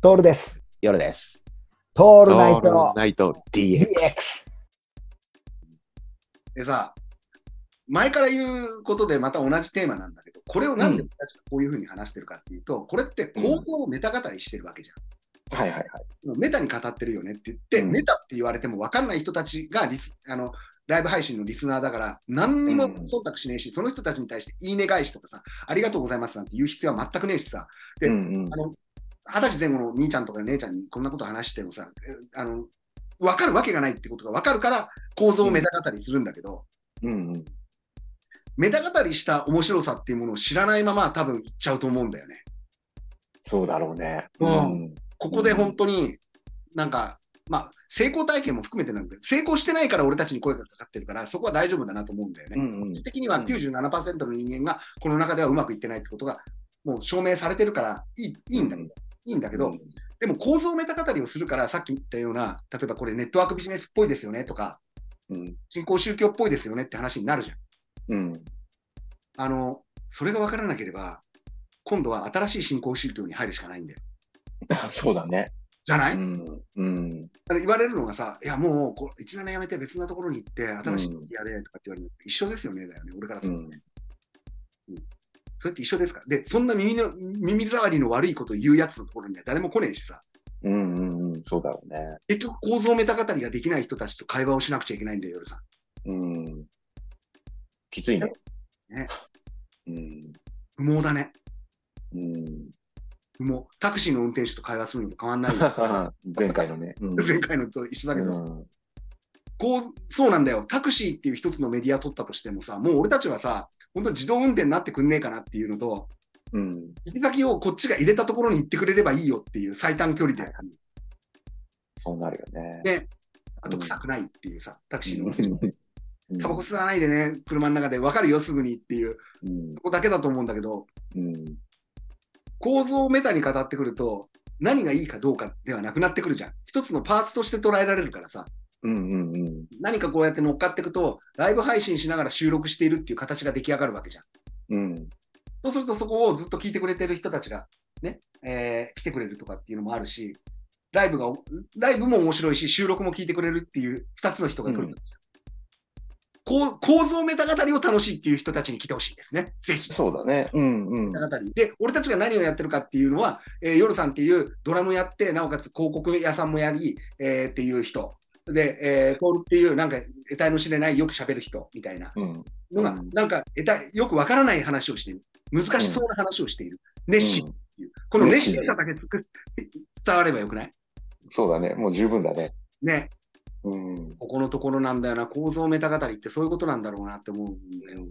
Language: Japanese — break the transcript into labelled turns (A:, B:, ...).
A: トールです。
B: 夜です。
A: ト
B: オ
A: ールナイト
B: ナイト DX。
A: DX。
C: でさ、前から言うことでまた同じテーマなんだけど、これをなんで俺たちがこういうふうに話してるかっていうと、これって構造をメタ語りしてるわけじゃん。
B: はいはいはい。
C: メタに語ってるよねって言って、
B: うん
C: メタって言われても分かんない人たちがリスあのライブ配信のリスナーだから、何にも忖度しねえし、その人たちに対していいね返しとかさ、ありがとうございますなんて言う必要は全くねえしさ、で
B: うんうん
C: あの二十歳前後の兄ちゃんとか姉ちゃんにこんなこと話してもさ、えあの分かるわけがないってことが分かるから、構造をメタ語りするんだけど、
B: うんうん
C: メタ語りした面白さっていうものを知らないまま多分行っちゃうと思うんだよね。
B: そうだろうね。
C: うん
B: ん。
C: ここで本当になんか、まあ、成功体験も含めてなんだけど成功してないから俺たちに声がかかってるからそこは大丈夫だなと思うんだよ
B: う
C: ね。
B: んうん
C: 実質的には97%の人間がこの中ではうまくいってないってことがもう証明されてるからいいいいんだけど。 いいんだけど、でも構造メタ語りをするからさっき言ったような例えばこれネットワークビジネスっぽいですよねとか
B: うん
C: 新興宗教っぽいですよねって話になるじゃん。
B: うん。
C: あのそれが分からなければ今度は新しい新興宗教に入るしかないんだよ。
B: そうだね。
C: じゃない、
B: うんうん。
C: あの言われるのがさ、いやもうこう一年やめて別なところに行って、新しいメディアでとかって言われるの、一緒ですよね、だよね、俺からするとね。うんそれって一緒ですから。で、そんな耳の耳障りの悪いことを言うやつのところには誰も来ねえしさ、
B: うんうんうん。そうだろうね。
C: 結局構造メタ語りができない人たちと会話をしなくちゃいけないんだよ、夜さん。
B: うん。きついね。
C: ね
B: うん。
C: 不毛だね。
B: うん。
C: 不毛。タクシーの運転手と会話するのと変わんないよ
B: 前回のね。うん
C: 前回のと一緒だけど、
B: うん
C: こう、そうなんだよ。タクシーっていう一つのメディア取ったとしてもさ、もう俺たちはさ、本当自動運転になってくんねえかなっていうのと、
B: うん。
C: 指先をこっちが入れたところに行ってくれればいいよっていう最短距離で、
B: そうなるよね。
C: であと臭くないっていうさ、タクシーの、
B: うん
C: タバコ吸わないでね、車の中で分かるよ、すぐにっていう、
B: うん
C: そこだけだと思うんだけど、
B: うん。
C: 構造をメタに語ってくると、何がいいかどうかではなくなってくるじゃん。一つのパーツとして捉えられるからさ、
B: うんうんうん。
C: 何かこうやって乗っかっていくと、ライブ配信しながら収録しているっていう形が出来上がるわけじゃん。
B: うん。
C: そうすると、そこをずっと聞いてくれてる人たちが、ね、えー来てくれるとかっていうのもあるし、ライブが、ライブも面白いし、収録も聞いてくれるっていう2つの人が来る。
B: うん
C: こう構造メタ語りを楽しいっていう人たちに来てほしいですね。ぜひ。
B: そうだね。うんうん
C: メ。タ語り。で、俺たちが何をやってるかっていうのは、えー夜さんっていうドラムやって、なおかつ広告屋さんもやり、えーっていう人。で、えー、トールっていう、なんか、得体の知れない、よく喋る人みたいな。
B: うん。
C: のが、
B: うん
C: なんか得体よくわからない話をしている。難しそうな話をしている。熱心っ
B: うん
C: ていう。この熱
B: 熱心
C: 心さだけつく 伝わればよくない
B: そうだね。もう十分だね。
C: ね、
B: うん。
C: ここのところなんだよな、構造メタ語りってそういうことなんだろうなって思うんだよ。